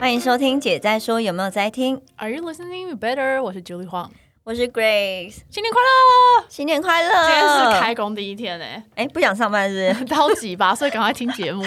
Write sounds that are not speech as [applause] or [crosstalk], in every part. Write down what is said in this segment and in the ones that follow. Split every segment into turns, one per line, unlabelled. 欢迎收听《姐在说》，有没有在听？
Are you listening better？我是 Julie Huang，
我是 Grace，
新年快乐！
新年快乐！
今天是开工第一天呢、
哎，不想上班是不 [laughs] 是
超级吧，所以赶快听节
[laughs]
目。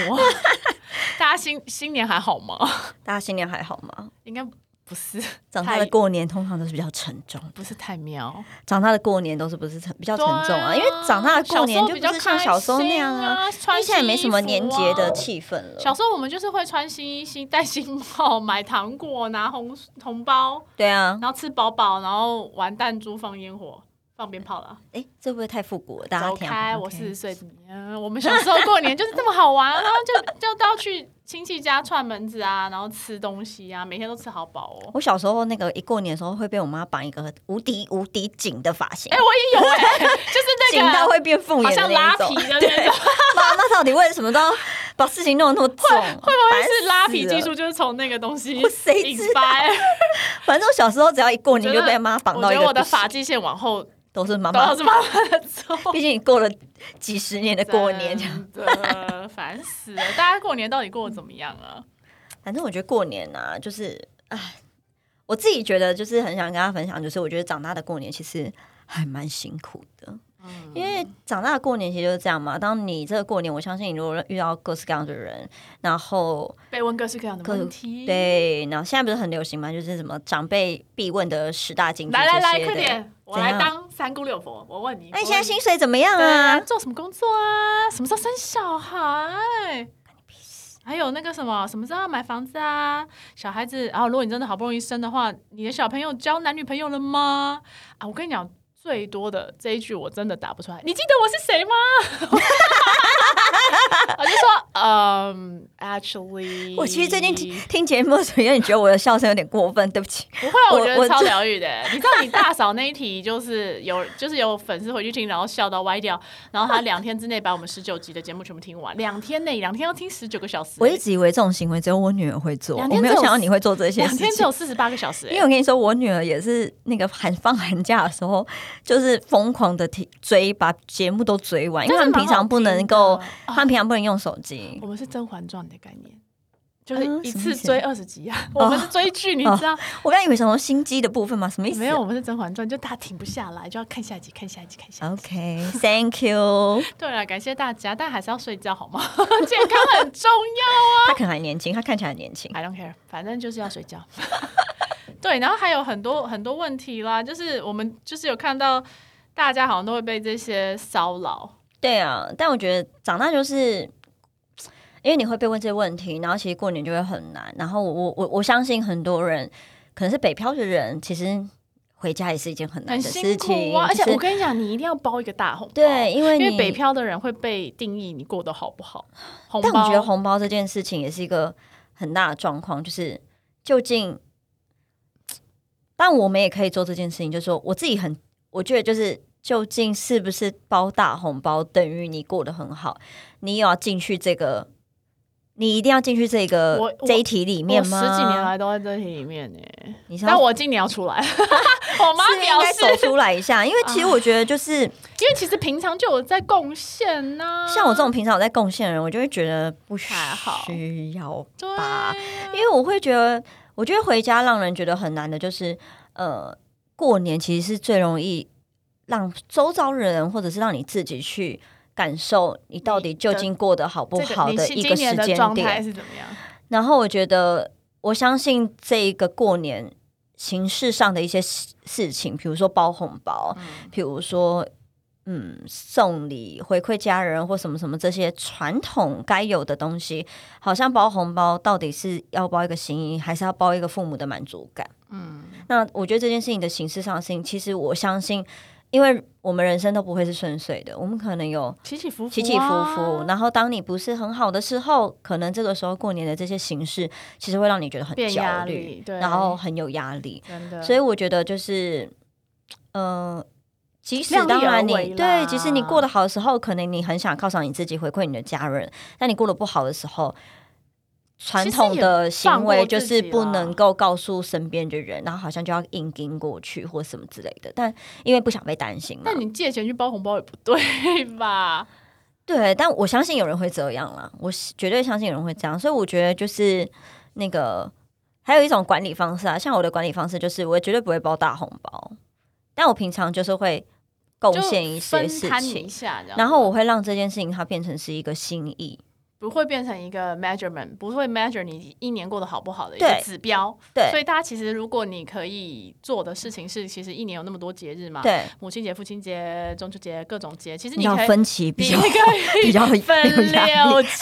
大家新新年还好吗？
大家新年还好吗？
应该不是，
长大的
太
过年通常都是比较沉重，
不是太妙，
长大的过年都是不是沉比较沉重啊？
对
因为长大的过年就
小时候
不是
比较
像小时候那样
开心
啊，
啊，穿
现在也没什么
新衣服
年
啊
节的。气氛了。
小时候我们就是会穿新衣、新戴新帽、买糖果、拿红红包，
对啊，
然后吃饱饱，然后玩弹珠、放烟火、放鞭炮啦。
哎，这会不会太复古了？大家
走
听
开！
好
我
OK
四十岁的你，嗯，我们小时候过年就是这么好玩，啊然后就就都要去亲戚家串门子啊，然后吃东西啊，每天都吃好饱哦。
我小时候那个一过年的时候会被我妈绑一个无敌无敌紧的发型，
哎、我也
[laughs]
有哎、就是
紧
那
到
个
会变凤
好
眼的
像
那
拉
一种
皮。的那种，
妈，那到底为什么都要把事情弄得那么重？会不
但是拉皮技术就是从那个那个东
[laughs]
西
我谁知道
inspire。
反正我小时候只要一过年
我觉
就
得
被妈绑
我
到
觉
一
得
个
我的
不行
发际线往后
都是妈
都要
妈，
是妈妈的
[laughs]
错。
毕竟你过了几十年的过年，这样。
真的烦死了！大家过年到底过得怎么样啊？
反正我觉得过年啊，就是唉，我自己觉得就是很想跟大家分享，就是我觉得长大的过年其实还蛮辛苦的。
嗯，
因为长大的过年其实就是这样嘛。当你这个过年，我相信你如果遇到各式各样的人，然后
被问各式各样的
各
问题。，
对，然后现在不是很流行嘛，就是什么长辈必问的十大禁忌
来来
这
来，
些
快
的。
点，我
怎
来
样
当三姑六婆，我问你。
那
我
你现在
问
薪水怎么样
对啊，
啊？
做什么工作啊？什么时候生小孩？还有那个什么，什么时候要买房子啊？小孩子，然、后如果你真的好不容易生的话，你的小朋友交男女朋友了吗？啊，我跟你讲，最多的这一句我真的答不出来。你记得我是谁
[laughs]
吗？我就说，嗯、a c t u a l l y
[laughs] 我其实最近听听节目的时候，有点觉得我的笑声有点过分，对不起。
不会啊，
我
我觉
我
得超疗愈的。 [laughs] 你知道你大嫂那一题就是有就是有粉丝回去听，然后笑到歪掉，然后他两天之内把我们十九集的节目全部听完，两天内两天要听十九个小时，
我一直以为这种行为只有我女儿会做，
两
我
天
没有
只有
想到你会做这些
两
事
天只
情
有。四十八个小时、
因为
哎
我跟你说，我女儿也是那个寒放寒假的时候，就是疯狂的听追，把节目都追完，因为他们平常不能够，
哦
他们平常不能用手机。
我们是《甄嬛传》的概念。就是
嗯
一
什么意
次
思哦
追二十集啊！ [laughs] 我们是追剧，你知道、
我刚以为什么心机的部分嘛，什么意思？
没有？我们是《甄嬛传》，就大家停不下来，就要看下一集，看下一集，看
哦
下一集。
OK，Thank、you。
对了，感谢大家，但还是要睡觉好吗？ [laughs] 健康很重要。
她可能还年轻，她看起来很年轻。
I don't care，反正就是要睡觉。 [laughs] 对，然后还有很多很多问题啦，就是我们就是有看到大家好像都会被这些骚扰，
对啊，但我觉得长大就是。因为你会被问这些问题，然后其实过年就会很难。然后我我我我相信很多人，可能是北漂的人，其实回家也是一件很难
很
的事
辛苦
情。
啊。而且
就是
我跟你讲，你一定要包一个大红包，
对，，因为
因
你
为北，漂的人会被定义你过得好不好。红包，
但我觉得红包这件事情也是一个很大的状况，就是究竟，但我们也可以做这件事情，就是说我自己很，我觉得就是究竟是不是包大红包等于你过得很好，你也要进去这个，你一定要进去这
我
个
我
这一题里
我
面吗？
十几年，来都在这里面呢、
你知
但
道。
我今年要出来，我妈
是不是应
表啊
该
示，
走出来一下，因为其实我觉得就是
因为其实平常就有在贡献呐、
像我这种平常有在贡献的人，我就会觉得不需
啊还好
要
对
吧
啊，
因为我会觉得，我觉得回家让人觉得很难的，就是呃，过年其实是最容易让周遭人或者是让你自己去感受你到底究竟过得好不
这
好
你
的
今
一个
今年
时
的
间
状态
点。
是怎么样？
然后我觉得，我相信这一个过年形式上的一些事事情，比如说包红包，
嗯
比如说。嗯，送礼回馈家人或什么什么这些传统该有的东西，好像包红包到底是要包一个心意，还是要包一个父母的满足感？
嗯。
那我觉得这件事情的形式上的事情，其实我相信，因为我们人生都不会是顺遂的，我们可能有
起起伏伏、啊，
起起伏伏。然后当你不是很好的时候，可能这个时候过年的这些形式，其实会让你觉得很
变
焦
压
虑，
力，对，
然后很有压力。
真的，
所以我觉得就是，呃，即使
量力
当然
而
你
为
对，
啦
即使你过得好的时候，可能你很想犒赏你自己，回馈你的家人；但你过得不好的时候，传统的行为就是不能够告诉身边的人，然后好像就要硬盯过去或什么之类的。但因为不想被担心嘛
那，你借钱去包红包也不对
[laughs]
吧？
对，但我相信有人会这样啦，我是绝对相信有人会这样，所以我觉得就是那个。还有一种管理方式啊，像我的管理方式就是，我绝对不会包大红包，但我平常就是会贡
就
献一些
分
事
摊一
情，
下这样子，
然后我会让这件事情它变成是一个心意。
不会变成一个 measurement，不会 measure 你一年过得好不好的一个
对
指标。所
对
以大家其实，如果你可以做的事情是，其实一年有那么多节日嘛，
对，
母亲节、父亲节、中秋节各种节，其实
你
你
要
可以，
分歧比
你
较
可
[laughs]
以
比较有
分
压力 [laughs]
六期，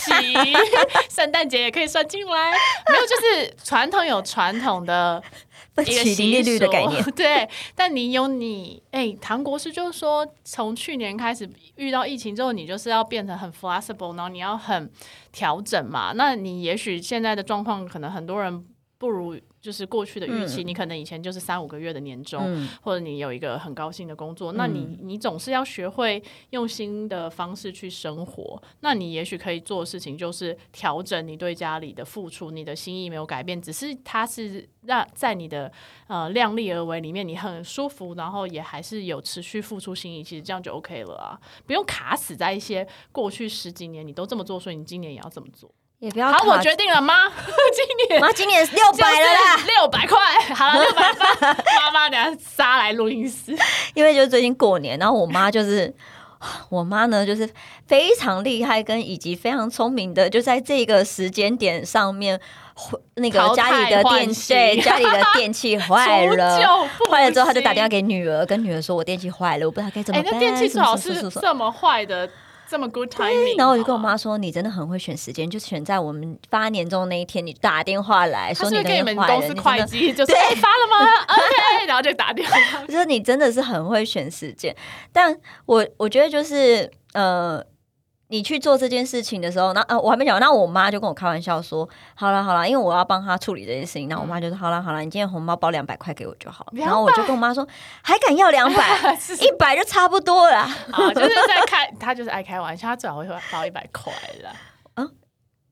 [laughs] 圣诞节也可以算进来。没有，就是传统有传统的
分
[laughs] 一个
歧零利率的概念
习。俗 [laughs] 对，但你有你，哎、唐国师就是说，从去年开始遇到疫情之后，你就是要变成很 flexible，然后你要很调整嘛。那你也许现在的状况，可能很多人不如就是过去的预期，你可能以前就是三五个月的年终。
嗯，
或者你有一个很高兴的工作，那你你总是要学会用新的方式去生活。那你也许可以做的事情就是调整你对家里的付出，你的心意没有改变，只是它是让在你的呃量力而为里面，你很舒服，然后也还是有持续付出心意，其实这样就 OK 了啊，不用卡死在一些过去十几年你都这么做，所以你今年也要这么做。
也不要
好，我
卡
决定了妈，今年
妈今年六百了啦，
六百块，好了，六百八，妈妈等下杀来录音室。
因为就是最近过年，然后我妈就是。我妈呢，就是非常厉害，跟以及非常聪明的，就在这个时间点上面，回那个
淘
家里
汰
的
换
电
新
对家里
[laughs]
的电器坏了，坏了之后，她就打电话
给。
给女儿，跟女儿说：“我电器坏了，我不知道该怎
哎、
么办。
那电器
什
最
么
好
什么什
是
么什么
这么坏的，这么 good timing。哦
然后我就跟我
好吗，
妈说：“你真的很会选时间，就选在我们发年终那一天，你打电话来
他
说
是不
你
是
的
跟你
电
们
话坏
公
了，
司
你真的
会计就说哎发了吗？OK，然后 [laughs] 就打电话。
就是你真的是很会选时间，但我我觉得就是呃，你去做这件事情的时候，那呃我还没讲完，那我妈就跟我开玩笑说，好了好了，因为我要帮她处理这件事情，那我妈
嗯
就说好了好了，你今天红包包两百块给我就好了，然后我就跟我妈说，还敢要两百，
是
一百就差不多了啊，
啊，就是在开，他就是爱开玩笑，他最好会包一百块啦。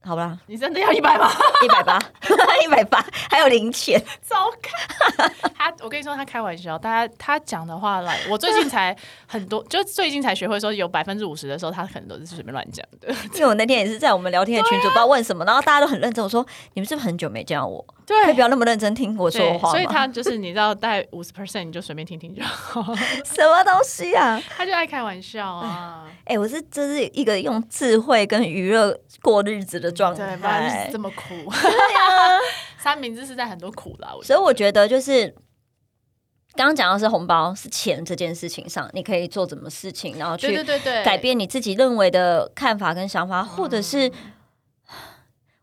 好吧，
你真的要一百吗？
一百八，一百八，还有零钱，
糟糕！他，我跟你说，他开玩笑，大家他讲的话来，我最近才很 [laughs] 多，就最近才学会说有百分之五十的时候，他很多是随便乱讲的。
因为我那天也是在我们聊天的群组，
啊
不知道问什么，然后大家都很认真，我说你们是不是很久没见到我，可以
对
不。要那么认真听我说话吗？
所以他就是你知道，带五十 percent 你就随便听听就好，
什么东西啊？
他就爱开玩笑啊，
哎、我是这是一个用智慧跟娱乐过日子的状
[laughs] 对，不然就是
态
这，么苦。 [laughs] 三明治是在很多苦啦，我觉
[laughs] 所
得
以我觉得就是刚刚讲到是红包是钱这件事情上，你可以做什么事情，然后
对对
去
对对，
改变你自己认为的看法跟想法，或者
嗯
是。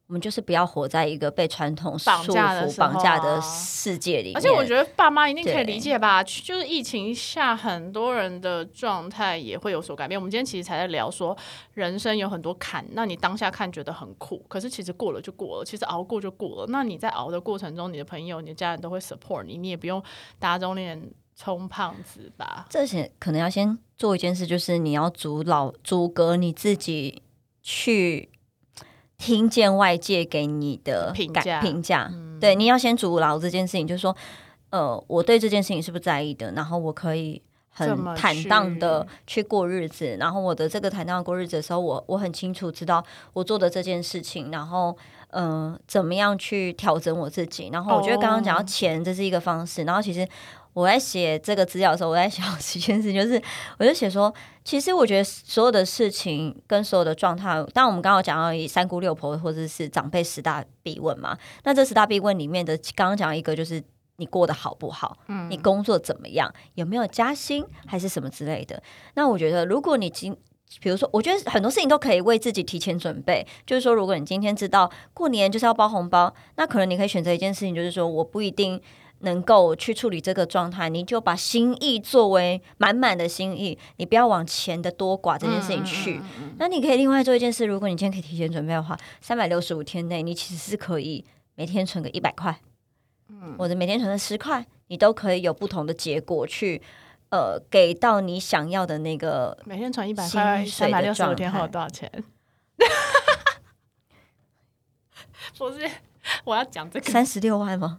我们就是不要活在一个被传统束
绑架的
缚、
时候啊
绑架的世界里面。
而且我觉得爸妈一定可以
对
理解吧，去就是疫情下很多人的状态也会有所改变。我们今天其实才在聊说，人生有很多坎，那你当下看觉得很苦，可是其实过了就过了，其实熬过就过了。那你在熬的过程中，你的朋友、你的家人都会 support 你，你也不用打肿脸充胖子吧。
这些可能要先做一件事，就是你要阻老阻隔你自己去听见外界给你的
评
感
价嗯
评价。对，你要先阻挠这件事情，就是说，呃，我对这件事情是不在意的，然后我可以。
这
很
么
坦
去
荡的去过日子，然后我的这个坦荡地过日子的时候，我我很清楚知道我做的这件事情，然后嗯、呃怎么样去调整我自己。然后我觉得刚刚讲到
哦
钱，这是一个方式。然后其实我在写这个资料的时候，我在想一件事，就是我就写说，其实我觉得所有的事情跟所有的状态，当然我们刚刚有讲到以三姑六婆或者是长辈十大必问嘛，那这十大必问里面的，刚刚讲一个就是你过得好不好，
嗯
你工作怎么样，有没有加薪还是什么之类的。那我觉得，如果你今比如说，我觉得很多事情都可以为自己提前准备。就是说，如果你今天知道过年就是要包红包，那可能你可以选择一件事情，就是说我不一定能够去处理这个状态，你就把心意作为满满的心意，你不要往钱的多寡这件事情去。那你可以另外做一件事，如果你今天可以提前准备的话，三百六十五天内，你其实是可以每天存个一百块，或者每天存个十块，你都可以有不同的结果去。呃，给到你想要的那 [laughs] 个
每天存一百
薪
块，三
水
百
的
六十五
状
天后有
态
多少钱？ [laughs] 不是，我要讲这个。
三十六万吗？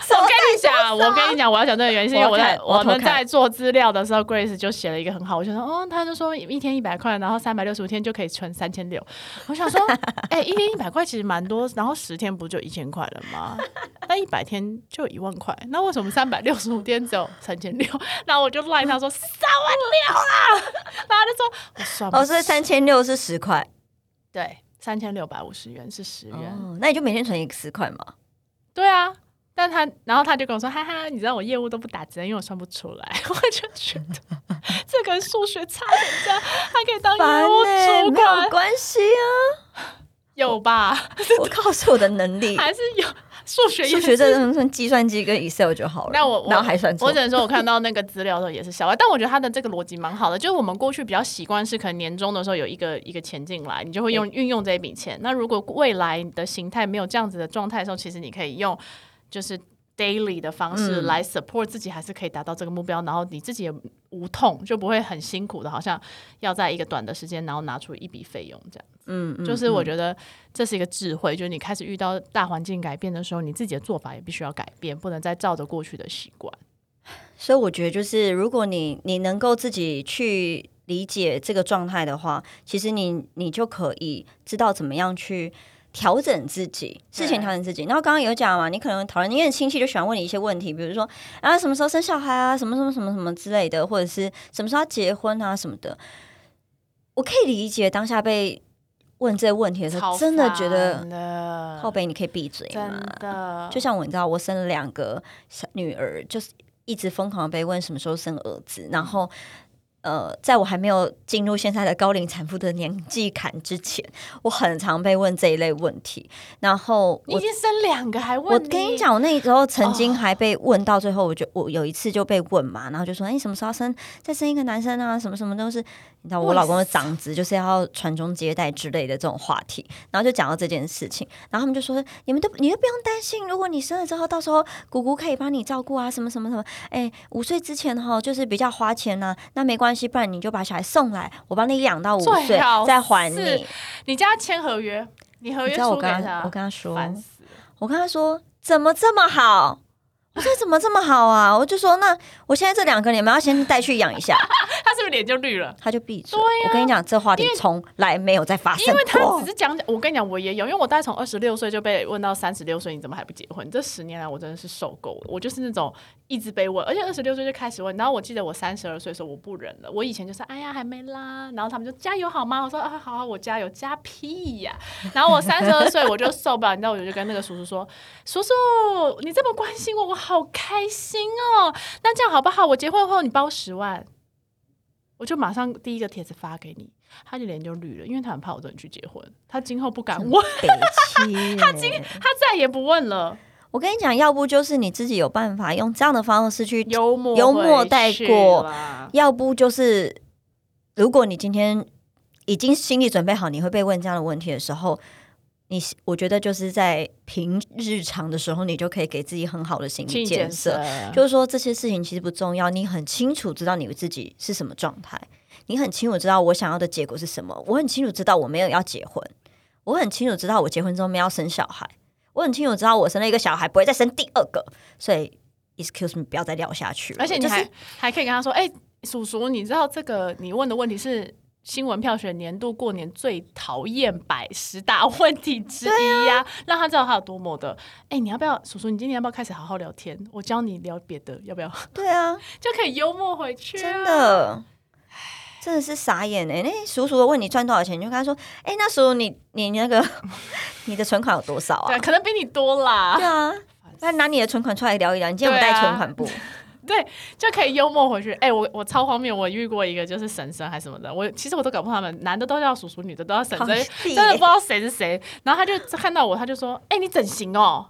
什
我
么
跟你讲，我跟你讲，我要讲这个原因是因为
我
我
要看
在
我要
我们
偷看
在做资料的时候，Grace 就写了一个很好，我就说，哦，他就说一天一百块，然后三百六十五天就可以存三千六。我想说，
[laughs]
哎、一天一百块其实蛮多，然后十天不就一千块了吗？那一百天就一万块，那为什么三百六十五天只有三千六？然后我就赖他说三万六啦，啊然后他就说我算不
哦，所以三千六是十块，
对三千六百五十元是十元，
哦，那你就每天存一个十块嘛。
对啊，但他然后他就跟我说，哈哈，你知道我业务都不打折，因为我算不出来。 [laughs] 我就觉得这跟数学差成这样，还可以当
烦
业
欸
务主
没有
管，
关系 [laughs] 啊，
有吧？
我靠，是我的能力。
还是有数学
数
也
学
是。
这种算计算机跟 Excel 就好了。
那我我
然后还算错
我只，能说，我看到那个资料的时候也是笑话，但我觉得他的这个逻辑蛮好的。就是我们过去比较习惯是，可能年终的时候有一个一个钱进来，你就会用运用这一笔钱。那如果未来你的形态没有这样子的状态的时候，其实你可以用就是 daily 的方式
嗯
来 support 自己，还是可以达到这个目标。然后你自己也无痛，就不会很辛苦的，好像要在一个短的时间，然后拿出一笔费用这样。
嗯，嗯
就是我
得
觉得这是一个智慧，就是你开始遇到大环境改变的时候，你自己的做法也必须要改变，不能再照着过去的习惯。，
所以我觉得就是，如果你你能够自己去理解这个状态的话，其实你你就可以知道怎么样去。调整自己，事情
对
调整自己。然后刚刚有讲嘛，你可能讨论，因为亲戚就喜欢问你一些问题，比如说啊，什么时候生小孩啊，什么什么什么什么之类的，或者是什么时候要结婚啊什么的。我可以理解当下被问这问题的时
超
候，真的觉得
烦的
靠背，你可以闭嘴
真
吗？
的
就像我，你知道，我生了两个小女儿，就是一直疯狂地被问什么时候生儿子，然后。呃，在我还没有进入现在的高龄产妇的年纪坎之前，我很常被问这一类问题。然后
你已
我
经生两个还问
我跟你，讲，我那时候曾经
哦
还被问到最后，我就我有一次就被问嘛，然后就说：“哎、你什么时候要生？再生一个男生啊？什么什么都是，你知道我
哇
老公的长子就是要传宗接代之类的这种话题。”然后就讲到这件事情，然后他们就说：“你们都你都不用担心，如果你生了之后，到时候姑姑可以帮你照顾啊，什么什么什么。哎，五岁之前哈，就是比较花钱呐、那没关系，不然你就把小孩送来，我帮你养到五
最
岁
好
再还
是
你。
你叫他签合约，你”合
你
约
知道我
出给
跟他
他，
我跟他说，
烦死了。
我跟他说怎么这么好？我说怎么这么好啊？我就说那我现在这两个你们要先带去养一下，
他是不是脸就绿了？
他就闭嘴。我跟你讲，这话题
因为
从来没有再发生
因为他
过
只。是讲讲，我跟你讲，我也有，因为我大概从二十六岁就被问到三十六岁，你怎么还不结婚？这十年来我真的是受够了，我就是那种一直被问，而且二十六岁就开始问。然后我记得我三十二岁的时候我不忍了，我以前就是哎呀还没啦，然后他们就加油好吗？我说啊好啊，我加油，加屁呀、然后我三十二岁我就受不了，你知道我就跟那个叔叔说，叔叔你这么关心我，我好开心哦。那这样好不好？我结婚后你包十万，我就马上第一个帖子发给你。他的脸就绿了，因为他很怕我真的去结婚，他今后不敢问， [laughs]
北七，他 [laughs] 今
他再也不问了。
我跟你讲，要不就是你自己有办法用这样的方式去，
幽默
幽默
回
带
去
过
啦
要不就是如果你今天已经心理准备好你会被问这样的问题的时候。你我觉得就是在平日常的时候，你就可以给自己很好的心
心
理
理
建
建
设
设。，
就是说这些事情其实不重要，你很清楚知道你自己是什么状态，你很清楚知道我想要的结果是什么，我很清楚知道我没有要结婚，我很清楚知道我结婚之后没有要生小孩，我很清楚知道我生了一个小孩不会再生第二个，所以 excuse me 不要再聊下去了，
而且你
就是
还、还可以跟他说：“哎、叔叔，你知道这个你问的问题是新闻票选年度过年最讨厌百十大问题之
啊
一呀、让他知道他有多么的。哎、你要不要，叔叔，你今天要不要开始好好聊天？我教你聊别的，要不 [laughs] 要？
对啊，
就可以幽默回去、啊。
真，的。真的是傻眼哎、那叔叔问你赚多少钱，你就跟他说：“哎、那叔叔你你那个你的存款有多少啊
对，可能比你多？”啦
对。啊，那拿你的存款出来聊一聊。你今天有带
对啊
存款
[laughs]
不？
对，就可以幽默回去。哎、我我超荒谬，我遇过一个就是婶婶还是什么的，我其实我都搞不懂他们，男的都叫叔叔，女的都叫婶
好
婶，
屁
真
耶
的不知道谁是谁。然后他就看到我，他就说：“哎、你整形哦。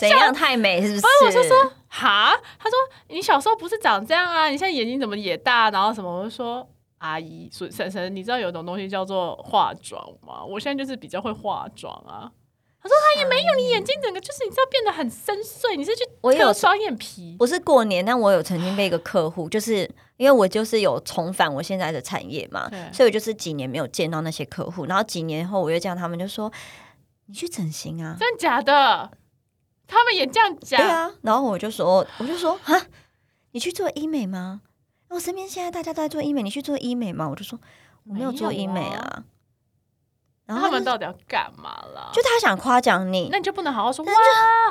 怎样太美是不是？
我就说”啊哈，他说：“你小时候不是长这样啊？你现在眼睛怎么也大？然后什么？”我就说。阿姨，婶婶婶，你知道有一种东西叫做化妆吗？我现在就是比较会化妆啊。哎
他也没有
你眼睛整个就是你知道变得很深邃，你是去
我有
割双眼皮？
不是过年，但我有曾经被一个客户，就是因为我就是有重返我现在的产业嘛
对，
所以我就是几年没有见到那些客户，然后几年后我又见到他们，就说你去整形啊，
真的假的？他们也这样
对
讲，
啊，然后我就说，我就说哈，你去做医美吗？我身边现在大家都在做医美，你去做医美吗？我就说我没有做医美
没有
啊。然
那
后
他们
就
到底要干嘛啦？
就他想夸奖你，
那你就不能好好说哇，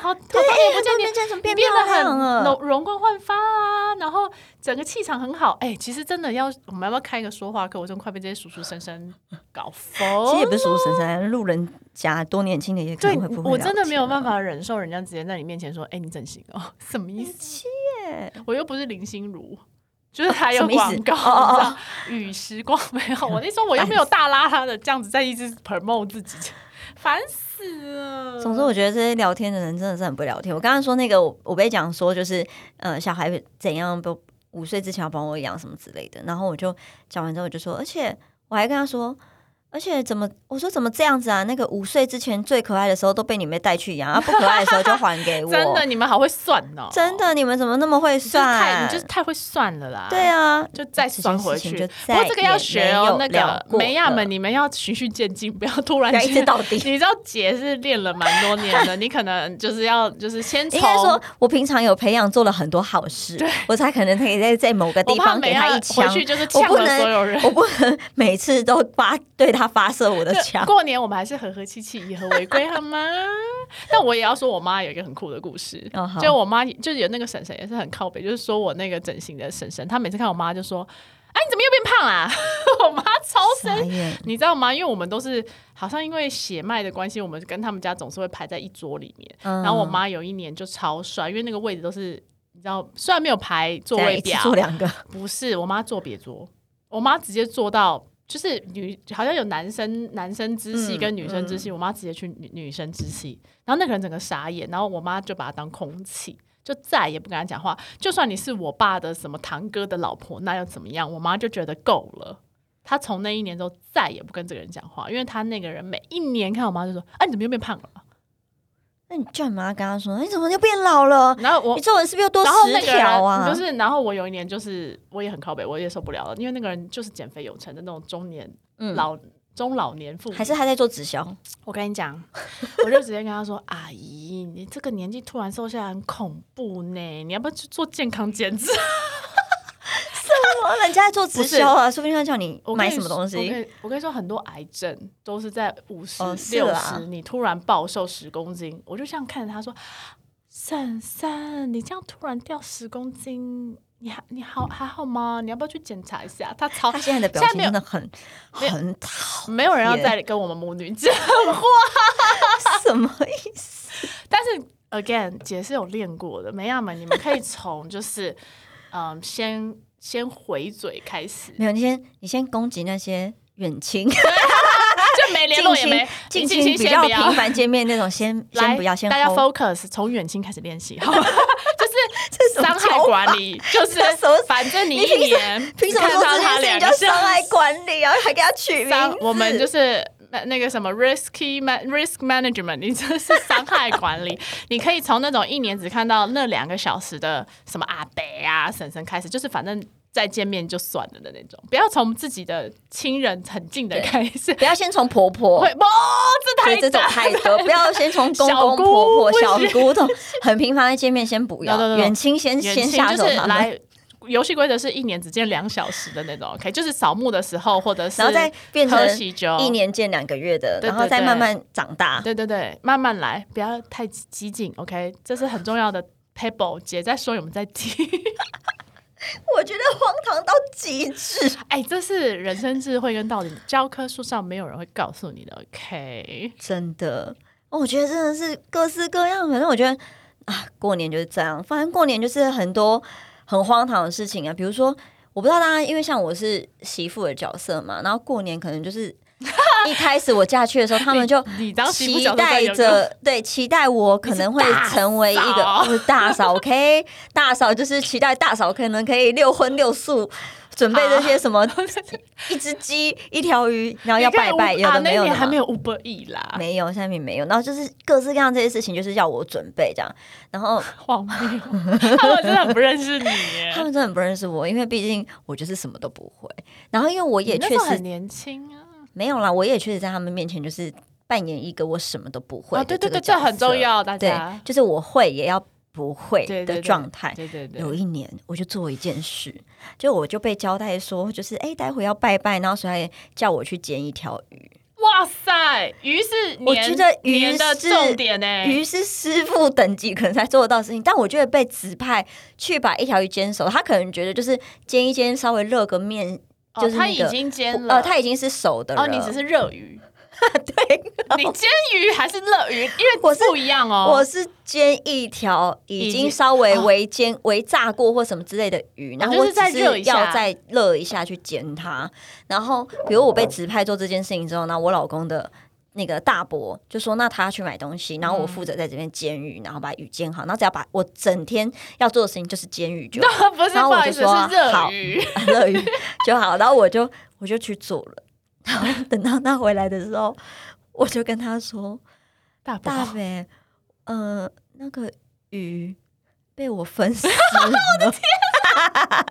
好好多年不见你
你怎么变漂
变得
亮
很
了？
容容光焕发啊，然后整个气场很好。哎、其实真的要，我们要不要开一个说话课？我真的快被这些叔叔婶婶搞疯。
其实也不是说神山路人甲多年轻的也可
哦对
能会不会、
我真的没有办。法忍受人家直接在你面前说：“哎、你整形哦，什么意思？
耶
我又不是林心如。”就是还
什
有
么意
广
思
告，
哦
你知
哦
道与时光没
[laughs]
有。我那时候我又没有大拉拉的这样子在一直 promote 自己，烦死了。
总之，我觉得这些聊天的人真的是很不聊天。我刚刚说那个，我我被讲说就是，呃，小孩怎样不五岁之前要帮我养什么之类的。然后我就讲完之后，我就说，而且我还跟他说，而且怎么我说怎么这样子啊？那个五岁之前最可爱的时候都被你们带去养，啊不可爱的时候就还给我。
[laughs] 真的，你们好会算哦，
真的，你们怎么那么会
你就是太
算？
你就是太会算了啦。
对啊，
就再
这件
钻回
事情
去
就。
不过
再
这个
也
要学
没
哦
有，
那
聊
个
过
梅亚
了
们，你们要循序渐进，不要突然
要一直
间。
到底。
[laughs] 你知道姐是练了蛮多年的，你可能就是要就是
[laughs]
先从
应该哎说，我平常有培养做了很多好事，我才可能可以在在某个
我
地
怕
方
梅
给
亚
他一
回
枪。
去就是呛
不
了
能
所有人。
我不能每次都发对他发射我的
对
枪。
过年我们还是和和气气，以和为贵，好
[laughs]
吗？但我也要说，我妈有一个很酷的故事。
哦好
就我妈就是有那个婶婶也是很靠北，就是说我那个整形的婶婶，她每次看我妈就说：“哎、你怎么又变胖啦、我妈超生
傻眼
你知道吗？因为我们都是好像因为血脉的关系，我们跟他们家总是会排在一桌里面。
嗯
然后我妈有一年就超帅，因为那个位置都是你知道，虽然没有排座
再
位
一次
表，
做两
[laughs]
个，
不是我妈坐别桌，我妈直接坐到就是女好像有男生男生支系
嗯
跟女生支系，我妈直接去女女生支系，然后那个人整个傻眼，然后我妈就把她当空气。就再也不跟她讲话，就算你是我爸的什么堂哥的老婆，那又怎么样？我妈就觉得够了，她从那一年之后再也不跟这个人讲话，因为她那个人每一年看我妈就说：“啊，你怎么又变胖了？”
那你叫你妈跟他说，你怎么又变老了？
然后我
你皱纹是不是又多
然后
十
那个人
条啊？
不是，然后我有一年就是我也很靠北，我也受不了了，因为那个人就是减肥有成的那种中年、
嗯
老中老年妇女。
还是他在做直
[laughs]
销？
我跟你讲，我就直接跟他说：“阿姨，你这个年纪突然瘦下来很恐怖呢，你要不要去做健康检查
哦，人家在做直销啊，说不定他叫你？”
我跟
买
你
什么
说
东
我跟
西。
你我跟你说，很多癌症都是在五十
哦、是
六
啦
十，你突然暴瘦十公斤，我就这样看着他说：“珊珊，你这样突然掉十公斤。”你还你好还好吗？你要不要去检查一下？他超
他现在的表情
现在没
真
有
的很
没有
很讨
没有人要再跟我们母女讲。
什么意思？
[laughs] 但是 again，姐是有练过的，梅亚们，你们可以从就是 [laughs] 嗯，先先回嘴开始，
没有，你先你先攻击那些远亲。
就没联络也
近
没
亲近
亲
亲比
先
较
不要
频。繁见面
[laughs]
那种，先
来，
先不要，先
大家
hold
focus，从远亲开始练习，好吗？就是
[laughs] 什么
伤害
[laughs]
管理，就是
这什么
反正你
你
一
凭
年
凭什么
看
说
到
这件
他
事情
两个
叫
小
伤害管理，然后还给他取名
伤
字？，
我们就是那那个什么 risky man risk management，你这是伤害管理。你可以从那种一年只看到那两个小时的什么阿北啊、婶婶开始，就是反正再见面就算了的那种，不要从自己的亲人很近的开始。
不要先从婆婆
会，哦，这
对
太
这种
大
太多，不要先从公
[laughs] 小
公
姑
婆
不
婆、小
行
姑这种很频繁的见面先不
No, no, no,
要，
no.
远亲先
远
先
亲
下手
就是
他们，
来。游戏规则是一年只见两小时的那种，OK，就是扫墓的时候，或者是
然后再变成
喝喜酒，
一年见两个月的，
哦对
然后
对
再慢
对
慢长大。
对对对，慢慢来，不要太激激进，OK，这是很重要的 table。姐在说，我们在听。 [laughs]
我觉得荒唐到极致，
哎，这是人生智慧跟道理，教科书上没有人会告诉你的，OK。
真的，哦我觉得真的是各式各样的。反正我觉得啊，过年就是这样，反正过年就是很多很荒唐的事情啊，比如说。我不知道大家，因为像我是媳妇的角色嘛，然后过年可能就是 [laughs] 一开始我嫁去的时候，他们就
你当媳妇
期
角色在
待
有个
着，对，期待我可能会成为一
你是大
个我是大嫂
嫂 [laughs]
，OK，大嫂就是期待大嫂可能可以六荤六素，准备这些什
[laughs]
么一只鸡、一条鱼，然后哦要拜拜，
你
有
看我啊
的没有
那
的
年还
嘛
没。有 Uber E 啦，
没有，下面没有，然后就是各式各样这些事情，就是要我准备这样。然
[laughs]
后
荒谬，他们真的很不认识你耶
他。们真的很不认识我，因为毕竟我就是什么都 [laughs] 不会。然后因为我也
嗯你那
确
时候
实
很年轻啊，
没有啦，我也确实在他们面前就是扮演一个我什么都不会
啊，
的
对
个
对对，这
角
很重
色。
要，大
对
家，。
就是我会也要不会
对对
的
对
状态。
对对对，
有一年，我就做一件事，就我就被交代说，就是哎、待会要拜拜，然后所以他也叫我去煎一条鱼。
哇塞，鱼是
我
年
觉得鱼
年的
是
重点欸呢、
鱼是师傅等级可能才做得到的事情，但我觉得被指派去把一条鱼煎熟，他可能觉得就是煎一煎，稍微热个面，
哦，
就是
它
那
已
个
经煎了，
呃，它已经是熟的了。
哦，你只是热鱼，
[laughs] 对，
你煎鱼还是热鱼？因为
我是
不一样哦。
我是煎一条已
已经
经稍微
哦
微煎、微炸过或什么之类的鱼，然后
就
我
是再
只
热一下
要再热一下去煎它。然后，比如我被指派做这件事情之后，那我老公的。那个大伯就说：“那他去买东西，然后我负责在这边煎鱼，然后把鱼煎好，然后只要把我整天要做的事情就是煎鱼就好
[laughs] 不
然
是，不
后我
好意
就
思，
说
是热
好
鱼。
乐于就好。然后我就我就去做了。然后等到他回来的时候，我就跟他说
大：“伯
大肥，呃，那个鱼被我分尸了。” [laughs] 我的天！
啊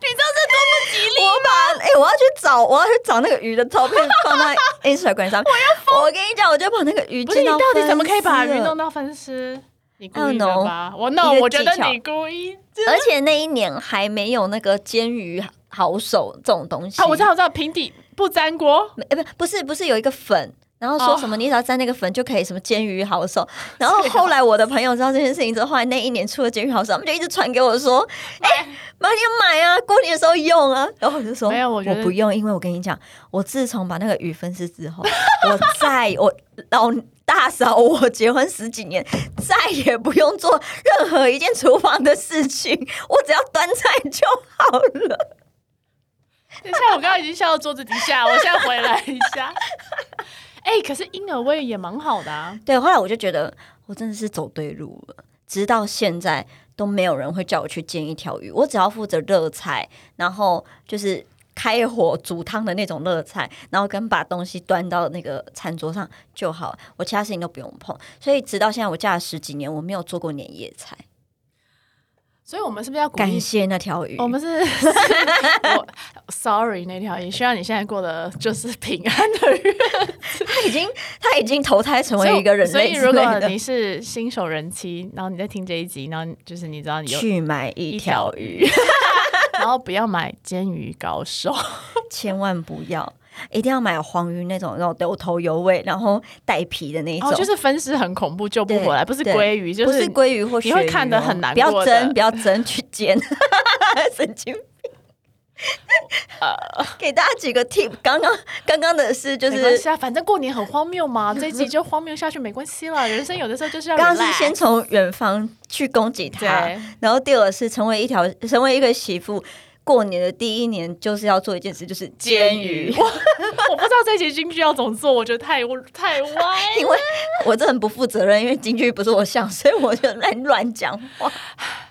你知道这多么吉利？
我把哎、我要去找，我要去找那个鱼的照
[laughs]
片放在 Instagram 上。我要，我跟你讲，我就把那个鱼
不是
煎
你
到
到底怎么可以把
分
鱼
尸了
弄到分尸？你故意
I don't
的
know，
吧？我 no，
一个
我觉得
技巧
你故意。
而且那一年还没有那个煎鱼好手这种东西。
啊，我知道，我知道，平底不粘锅。
没，呃不，不是，不是有一个粉，然后说什么你只要沾那个粉就可以什么煎鱼好手。然后后来我的朋友知道这件事情之后，后来那一年出了煎鱼好手，他们就一直传给我说：“哎、妈，你要买啊，过年的时候用啊。”然后我就说：“
没有我觉得
不用，因为我跟你讲，我自从把那个鱼分尸之后，我再我老大嫂，我结婚十几年，再也不用做任何一件厨房的事情，我只要端菜就好了。”
等一下，我刚刚已经笑到桌子底
[laughs]
下，我现在回来一下。哎、可是婴儿味也蛮好的啊。
对，后来我就觉得我真的是走对路了，直到现在都没有人会叫我去煎一条鱼，我只要负责热菜，然后就是开火煮汤的那种热菜，然后跟把东西端到那个餐桌上就好，我其他事情都不用碰。所以直到现在，我嫁了十几年，我没有做过年夜菜，
所以我们是不是要鼓励
感谢那条鱼。[laughs]
我们是是我，sorry 那条鱼，希望你现在过得就是平安的日子。
它已经它已经投胎成
所以
为一个人
所
类
以
之
如
类
果
的
你，是新手人妻，然后你在听这一集，然后就是你知道你
[laughs]
有，
去买一条鱼。
然后不要买煎鱼高手，
千万不要，一定要买有黄鱼那种，那种有头有尾，然后带皮的那一种，
哦，就是分尸很恐怖，救不回来，不是
对
鲑鱼，就
不是鲑鱼或鳕鱼哦
你会看得很难
不
过的
要蒸，不要蒸，去煎， [laughs] 神经
[laughs]
病。给大家几个 tip，刚刚刚刚的是就
呃没关
是
系啊，反正过年很荒谬
[laughs]
嘛，这一集就荒谬下去没关系了。人生有的时候就是要
刚刚是
relax
先从远方去攻击他
对，
然后第二个是成为一条成为一个媳妇，过年的第一年就是要做一件事，就是煎鱼。
我 [laughs] 我不知道这一集京剧要怎么做，我觉得太太歪。
因为我这很不负责任，因为京剧不是我想，所以我就乱乱讲话。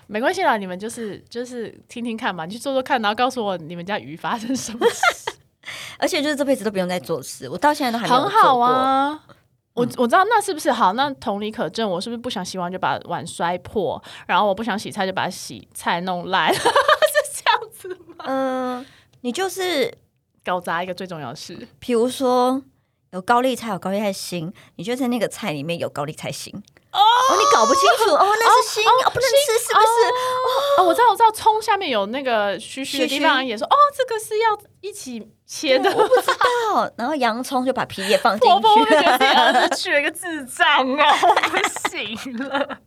没关系啦，你们就是就是听听看嘛，你去做做看，然后告诉我你们家鱼发生什 [laughs] 么事，
而且就是这辈子都不用再做事，我到现在都还没有
很好
做过。
啊。我我知道那是不是好？那同理可证，我是不是不想洗碗就把碗摔破，然后我不想洗菜就把洗菜弄烂， [laughs] 是这样子吗？
嗯、你就是
搞砸一个最重要的事，
比如说有高丽菜，有高丽菜心，你就在那个菜里面有高丽菜心。哦，你搞不清楚哦，那是心哦不能吃是不是？
哦，我知道，我知道，葱下面有那个须须的
须须
地方也说，哦，这个是要一起切的。
我不知 [laughs] 道。然后洋葱就把皮也放进
[laughs] 婆婆会不会
[laughs] 去，
觉得自己儿子娶了一个智障哦，我不行 [laughs] 了，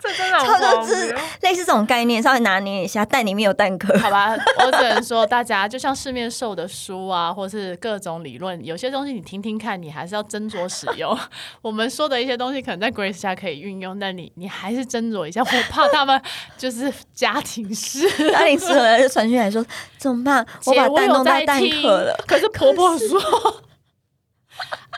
这真的
超
很
多
荒
汁
谬。，
类似这种概念，稍微拿捏一下。蛋里面有蛋壳， [laughs]
好吧，我只能说，大家就像市面售的书啊，或是各种理论，有些东西你听听看，你还是要斟酌使用。 [laughs] 我们说的一些东西，可能在 Grace 家可以运用，但你你还是斟酌一下，我怕他们就是家庭事。
阿玲吃了就传讯来说怎么办？ [laughs] 我
姐
把蛋
有
弄到
在
蛋
听，
壳了。
可是婆婆说，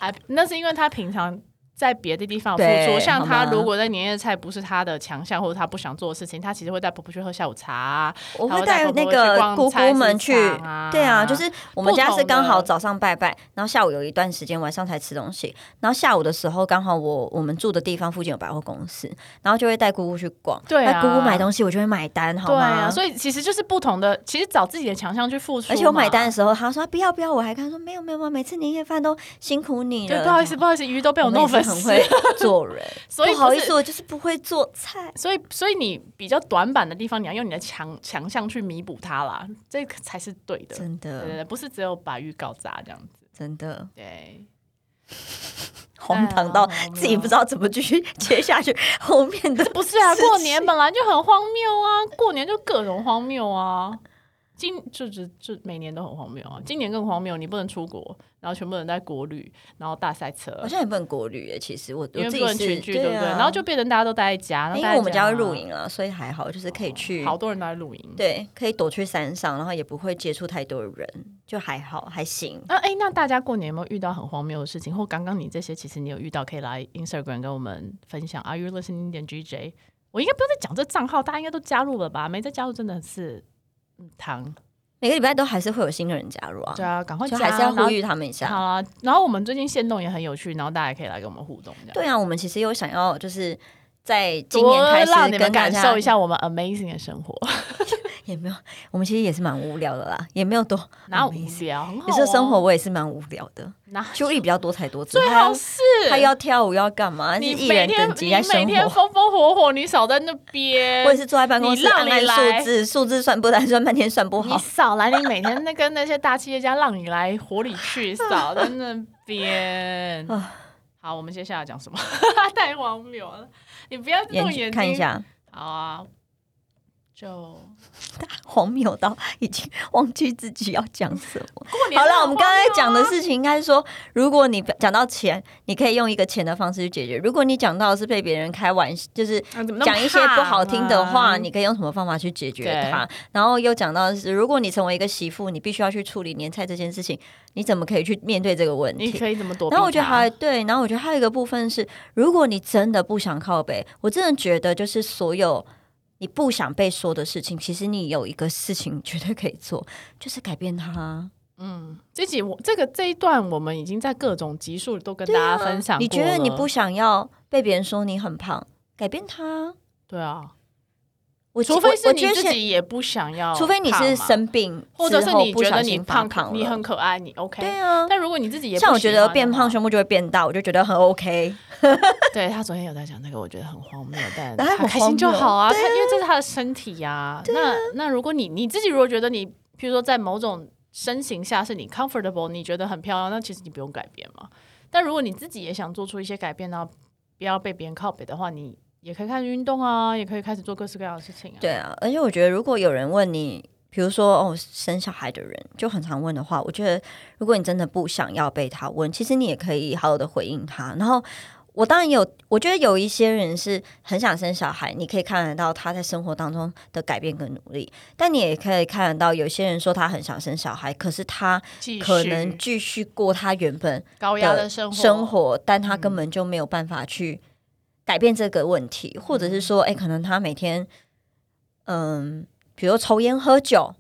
哎，那是因为她平常在别的地方有付
对
出，像
好
他
吗
如果在年夜菜不是他的强项，或者他不想做的事情，他其实会带婆婆去喝下午茶啊、
我
然
会
后
带
带婆
那
婆去
个
逛
姑
菜
姑
市
们去
场啊，
对啊，就是我们
不
家是
同
刚好
的
早上拜拜，然后下午有一段时间晚上才吃东西，然后下午的时候刚好我我们住的地方附近有百货公司，然后就会带姑姑去逛，
对
那姑姑
啊
买东西我就会买单，好
对
吗？
啊，所以其实就是不同的，其实找自己的强项去付出嘛。
而且我买单的时候，他说不要不要，我还跟他说没有没有，每次年夜饭都辛苦你
对，
了。
不好意思，不好意思，鱼都被
我
我
们也
弄
是
粉
很
丝，
会做人，
[laughs] 所以
不好
不
意
是
思，我就是不会做菜。
所以，所以你比较短板的地方，你要用你的强强项去弥补它啦，这个才是对的。
真
对对
的，
对，不是只有把预告砸这样子。
真的
对，啊
荒唐到
荒谬
自己不知道怎么继续 [laughs] 接下去后面的。
不是啊，
事情
过年本来就很荒谬啊，过年就各种荒谬啊。今就就就每年都很荒谬啊，今年更荒谬，你不能出国，然后全部人在国旅，然后大塞车，
好像也不能国旅耶，其实我我
因为
自己
不能
是
群聚，对不对？
啊
然后就变成大家都待在家，然后
因
待
为
在
我们家会露
啊，哦
营啊，所以还好，就是可以去
好多人都在露营。
对，可以躲去山上，然后也不会接触太多人，就还好还行。
那哎、那大家过年有没有遇到很荒谬的事情？或刚刚你这些，其实你有遇到，可以来 Instagram 跟我们分享。Are you listening 点 GJ？我应该不用再讲这账号，大家应该都加入了吧？没再加入真的是嗯糖。
每个礼拜都还是会有新的人加入啊，
对啊，赶快
就
加，
还是要
然
呼
后
吁他们一下。
好啊，然后我们最近限动也很有趣，然后大家也可以来跟我们互动，这样。
对啊，我们其实有想要就是在今
多
年开始
让你们
跟大
感
家
受一， [laughs] 下我们 amazing 的生活，
也没有，我们其实也是蛮无聊的啦，也没有多
哪
[laughs]
有无
amazing
聊？很好
有时候生活
哦
我也是蛮无聊的，
哪
就艺比较多才多姿，
最
他
好
要
是
他要跳舞要干嘛？是
你
艺
每
人
天
等级在
你每
生
天
活。
风风火火，你少在那边。
我也是坐在办公室
你让
按
你
按
来
数字，数字算不来，算半天算不
你
好。
少来，你每天那跟那些大企业家让你来火里
[laughs]
去，少在那边。好，我们接下来讲什么？ [laughs] 太荒谬了！你不要动眼睛。
看一。下，
好啊，就
荒谬到已经忘记自己要讲什
[laughs]
么。
过年
好
真的
了，我们刚才讲的
荒啊
事情应该是说，如果你讲到钱，你可以用一个钱的方式去解决；如果你讲到的是被别人开玩笑，就是
谬啊，啊怎么那么
讲一些不好听的
胖
话，
啊
你可以用什么方法去解决它？然后又讲到的是，如果你成为一个媳妇，你必须要去处理年菜这件事情，你怎么可以去面对这个问
你
题？
可以怎么躲避它？
然后我觉得还对，然后我觉得还有一个部分是，如果你真的不想靠北，我真的觉得就是所有你不想被说的事情，其实你有一个事情 [laughs] 绝对可以做，就是改变它。
嗯，这集我这个这一段我们已经在各种集数都跟大家分享
啊
过了。
你觉得你不想要被别人说你很胖，改变它。
对啊？
我
除非
我
是
我
你
觉得
自
现
己也不想要胖嘛，
除非你是生病，
或者是你觉得你
胖
胖
胖了，
你很可爱，你 OK。
对啊。
但如果你自己也不
像我觉
喜
得
欢
变
的
胖
话，
胸部就会变大，我就觉得很 OK。
对他昨天有在讲这个，我觉得很荒谬，
[laughs]
但
哪有
他开心就
荒谬
好啊，他因为这是他的身体呀、
啊
那那如果你你自己如果觉得你，譬如说在某种身形下是你 comfortable，你觉得很漂亮，那其实你不用改变嘛。但如果你自己也想做出一些改变，然后不要被别人靠北的话，你也可以开始运动啊，也可以开始做各式各样的事情啊。
对啊，而且我觉得如果有人问你，比如说哦生小孩的人就很常问的话，我觉得如果你真的不想要被他问，其实你也可以好好的回应他。然后我当然有，我觉得有一些人是很想生小孩，你可以看得到他在生活当中的改变跟努力，但你也可以看得到有些人说他很想生小孩，可是他
继续
可能继续过他原本
高压的生活，嗯
生活，但他根本就没有办法去改变这个问题，或
嗯
者是说，哎、可能他每天，嗯，比如抽烟、喝酒、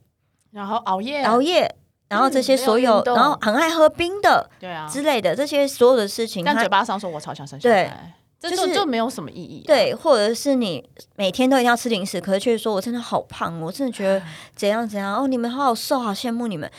然后熬夜，
熬夜，然后这些所
啊嗯没有
有
运，动
然后很爱喝冰的
对啊，
之类的，这些所有的事情，
但
他
嘴巴上说我超想生小
对
孩，这
就是
就就没有什么意义啊、
对，或者是你每天都一定要吃零食，可是却说我真的好胖，我真的觉得怎样怎样哦，你们好好瘦，好羡慕你们。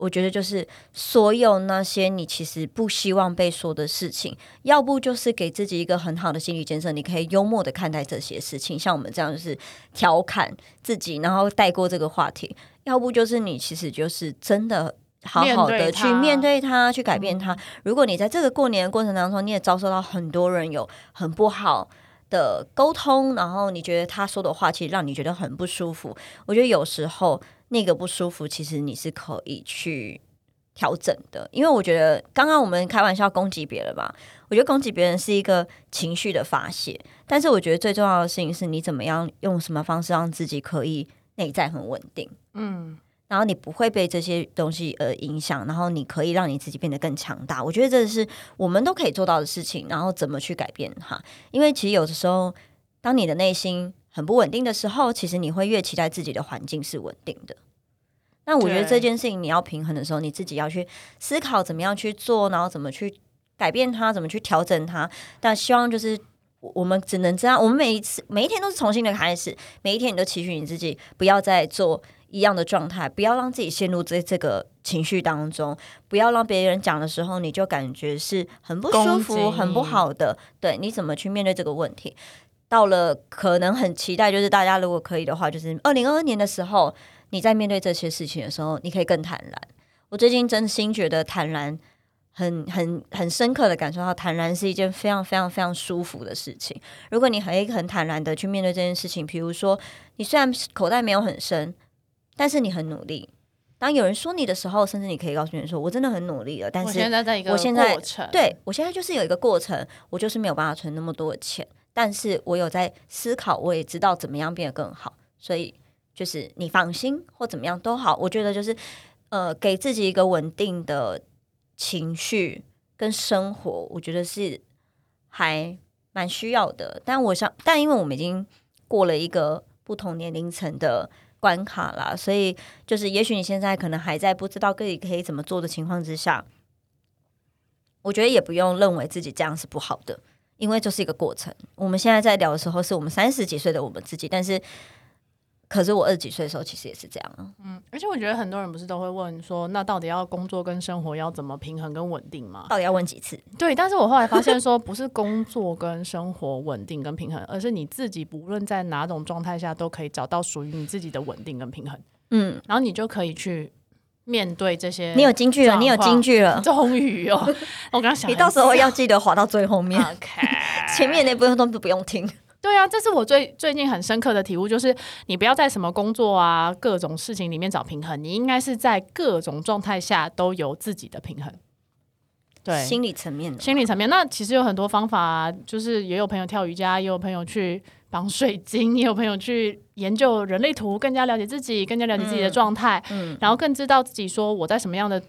我觉得就是所有那些你其实不希望被说的事情，要不就是给自己一个很好的心理建设，你可以幽默的看待这些事情，像我们这样就是调侃自己，然后带过这个话题；要不就是你其实就是真的好好
面
的
对
去
它
面对它，去改变它。如果你在这个过年的过程当中，你也遭受到很多人有很不好的沟通，然后你觉得他说的话其实让你觉得很不舒服，我觉得有时候那个不舒服，其实你是可以去调整的，因为我觉得刚刚我们开玩笑攻击别人吧，我觉得攻击别人是一个情绪的发泄，但是我觉得最重要的事情是你怎么样用什么方式让自己可以内在很稳定。
嗯，
然后你不会被这些东西呃影响，然后你可以让你自己变得更强大。我觉得这是我们都可以做到的事情，然后怎么去改变它？因为其实有的时候，当你的内心很不稳定的时候，其实你会越期待自己的环境是稳定的。那我觉得
对
这件事情你要平衡的时候，你自己要去思考怎么样去做，然后怎么去改变它，怎么去调整它。但希望就是我我们只能这样，我们每一次每一天都是重新的开始，每一天你都期许你自己不要再做一样的状态，不要让自己陷入这这个情绪当中，不要让别人讲的时候你就感觉是很不舒服、
攻击
很不好的。对，你怎么去面对这个问题？到了可能很期待，就是大家如果可以的话，就是二零二二年的时候，你在面对这些事情的时候，你可以更坦然。我最近真心觉得坦然很很很深刻的感受到，坦然是一件非常非常非常舒服的事情。如果你很很坦然的去面对这件事情，比如说你虽然口袋没有很深，但是你很努力。当有人说你的时候，甚至你可以告诉人说：“我真的很努力了。”但
我
是
现在在一个
我现在
过程，
对我现在就是有一个过程，我就是没有办法存那么多的钱，但是我有在思考，我也知道怎么样变得更好，所以就是你放心或怎么样都好，我觉得就是呃，给自己一个稳定的情绪跟生活，我觉得是还蛮需要的。但我想，但因为我们已经过了一个不同年龄层的。关卡啦，所以就是，也许你现在可能还在不知道自己可以怎么做的情况之下，我觉得也不用认为自己这样是不好的，因为就是一个过程。我们现在在聊的时候，是我们三十几岁的我们自己，但是，可是我二十几岁的时候，其实也是这样啊。
嗯，而且我觉得很多人不是都会问说，那到底要工作跟生活要怎么平衡跟稳定吗？
到底要问几次？
对，但是我后来发现说，不是工作跟生活稳定跟平衡，而是你自己不论在哪种状态下都可以找到属于你自己的稳定跟平衡，
嗯，
然后你就可以去面对这些。
你有金句了，你有金句了，
终于哦，我刚
[laughs]
想
你到时候要记得滑到最后面， [laughs]
OK
前面那部分都不用听。
对啊，这是我最最近很深刻的体悟，就是你不要在什么工作啊、各种事情里面找平衡，你应该是在各种状态下都有自己的平衡。 [laughs] 对，
心理层面的，
心理层面，那其实有很多方法、啊，就是也有朋友跳瑜伽，也有朋友去绑水晶，也有朋友去研究人类图，更加了解自己，更加了解自己的状态，
嗯
然后更知道自己说我在什么样的。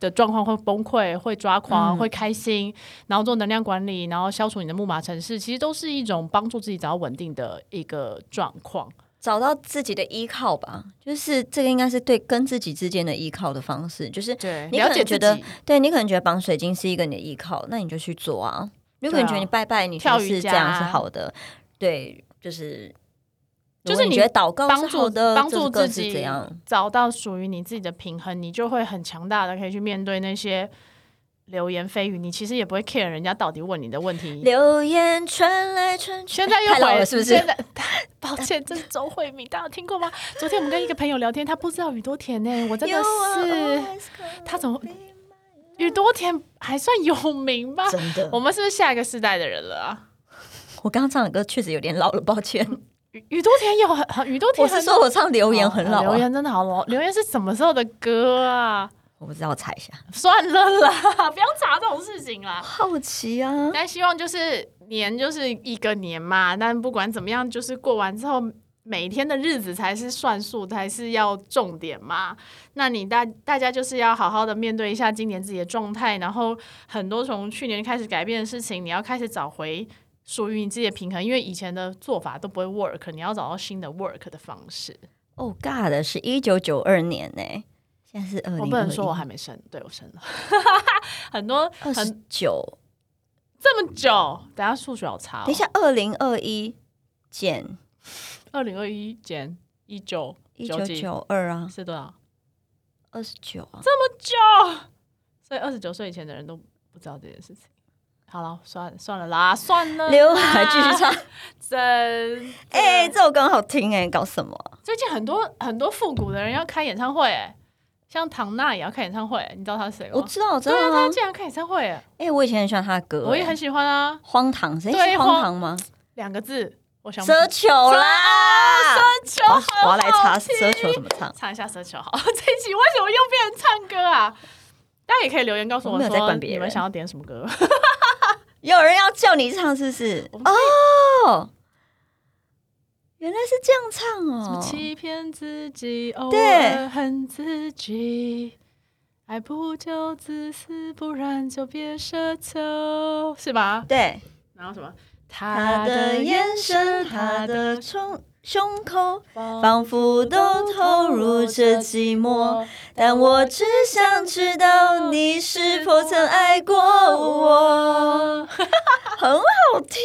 的状况会崩溃，会抓
嗯
狂，会开心，然后做能量管理，然后消除你的木马城市，其实都是一种帮助自己找到稳定的一个状况。
找到自己的依靠吧，就是这个应该是对跟自己之间的依靠的方式，就是
对
你
了
可
解
能
自
觉得
己，
对你可能觉得绑水晶是一个你的依靠，那你就去做啊。如果
对啊
你觉得你拜拜，你觉
跳
得
瑜
是这
伽啊
样是好的，对，就是
就
如
是
果
你
觉得祷告
帮
哦是
助
好的，
帮
这
助
个
自
是
己
怎样？
找到属于你自己的平衡，你就会很强大的可以去面对那些流言蜚语。你其实也不会 care 人家到底问你的问题。
流言传来传去，
[laughs] 现在又
太老
回
了是不是
现？在 [laughs] 抱歉，这是周慧敏，大家有听过吗？昨天我们跟一个朋友聊天，他不知道宇多田呢、我真
You
的
are always
是
gonna
他怎么
be my
宇多田还算有名吧？
真的？
啊我们是不是下一个世代的人了啊？
我刚刚唱的歌确实有点老了，抱歉。
宇宇多田有很很宇多
我
田
是
很
说我唱流言很老
流
啊，
哦言真的好老，流言是什么时候的歌啊？
我不知道，我查一下。
算了啦，不要查这种事情啦。 [laughs]
好奇啊，
但希望就是年就是一个年嘛，但不管怎么样，就是过完之后，每天的日子才是算数，才是要重点嘛。那你大大家就是要好好的面对一下今年自己的状态，然后很多从去年开始改变的事情，你要开始找回属于你自己的平衡，因为以前的做法都不会 work，你要找到新的 work 的方式。
哦，God，是一九九二年呢、现在是二零。
我不能说我还没生，对我生了， [laughs] 很多
二
很
十九，
这么久，等下数学好差、哦。
等一下，二零二一减
二零二一减一九
一九九二啊，
是多少？
二十九啊，
所以二十九岁以前的人都不知道这件事情。好了，算了算了啦，算了啦。
刘海继
[laughs]
续唱。
啊真
哎、
哎、
这首歌很好听哎、搞什么啊？
最近很多很多复古的人要开演唱会、哎，像唐娜也要开演唱会、你知道她是谁吗？
我知道，我知
对
道
啊，
啊
她。竟然开演唱会、哎
哎、我以前很喜欢他的歌、哎
我也很喜欢啊。
荒唐，谁
对
是荒唐吗？
两个字，我想不
奢求啦，
奢求
我要我要
好
来查
听
奢求怎么唱。
唱一下奢求好。 [laughs] 这一集为什么又变成唱歌啊？大家也可以留言告诉
我
我
没有在
说
管别
你们
人
想要点什么歌。
有人要叫你唱是不是？
我们
哦，原来是这样唱
什么
哦。
欺骗自己，偶
对
尔恨自己，爱不就自私，不然就别奢求，是吧？
对，
然后什么？
他的眼神，他的胸胸口，仿佛都透露着寂寞。但我只想知道，你是否曾爱过
[laughs]
我？很好听。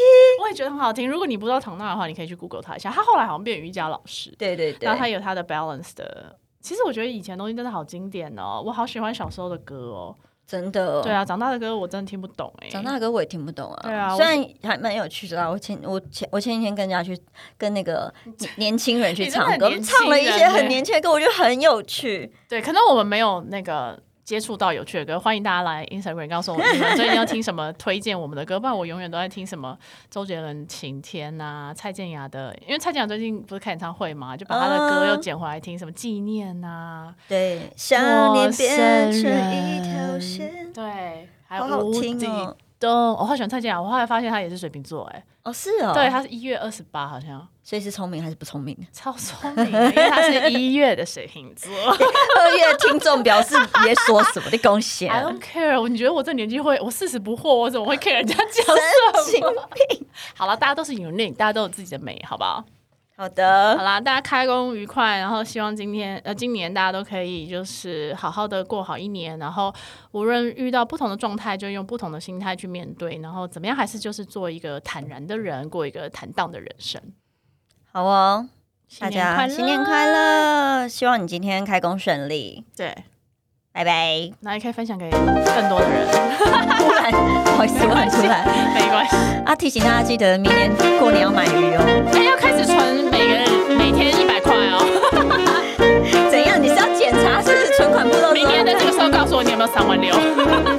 我也觉得很好听。如果你不知道唐娜的话，你可以去 Google 她一下。她后来好像变瑜伽老师，
对对对
然，后她有她的 balance 的。其实我觉得以前东西真的好经典哦，我好喜欢小时候的歌哦。
真的。
对，啊，长大的歌我真的听不懂哎、
长大的歌我也听不懂啊。
对啊我
虽然还蛮有趣的啦。我前我前我前几天跟人家去跟那
[laughs]
个年轻人去
你真的
唱
很
歌，
年轻
唱了一些
人
很
欸
年轻的歌，我觉得很有趣。
对，可能我们没有那个接触到有趣的歌，欢迎大家来 Instagram 告诉我们你们最近要听什么， [laughs] 推荐我们的歌。不然我永远都在听什么周杰伦《晴天》呐，蔡健雅的，因为蔡健雅最近不是开演唱会嘛，就把她的
啊
歌又捡回来听，什么纪念啊呐、
对，想念变
陌
成
生
一条
人
线，
对，还有
好好
无
听
底
哦。
洞，我好喜欢蔡健雅，我后来发现她也是水瓶座、哎、
哦，是哦，
对，，她是一月二十八，好像
所以是聪明还是不聪明？
超聪明的，因为她是一月的水
[laughs]
瓶座。
二月听众表示别说什么的恭 [laughs] 喜
I
啊，
don't care，你觉得我这年纪会我四十不惑，我怎
[laughs]
么会 care 人家讲什
神经
么？好了，大家都是 unique，大家都有自己的美，好不好？
好
好
的，
啦，大家开工愉快，然后希望今天呃今年大家都可以就是好好的过好一年，然后无论遇到不同的状态，就用不同的心态去面对，然后怎么样还是就是做一个坦然的人，过一个坦荡的人生。
好哦，大
新年
家
快乐，
新年快！乐，希望你今天开工顺利，
对，。
拜拜
那也可以分享给更多的人，
突然， [laughs] 不好意思，我很突 [laughs] 然
没关系。
啊，提醒大家记得明年过年要买鱼哦。
哎，要开始存每个人每天一百块哦。
怎样？你是要检查是不是存款不都 [laughs]
明年的这个时候告诉我你有没有三万六。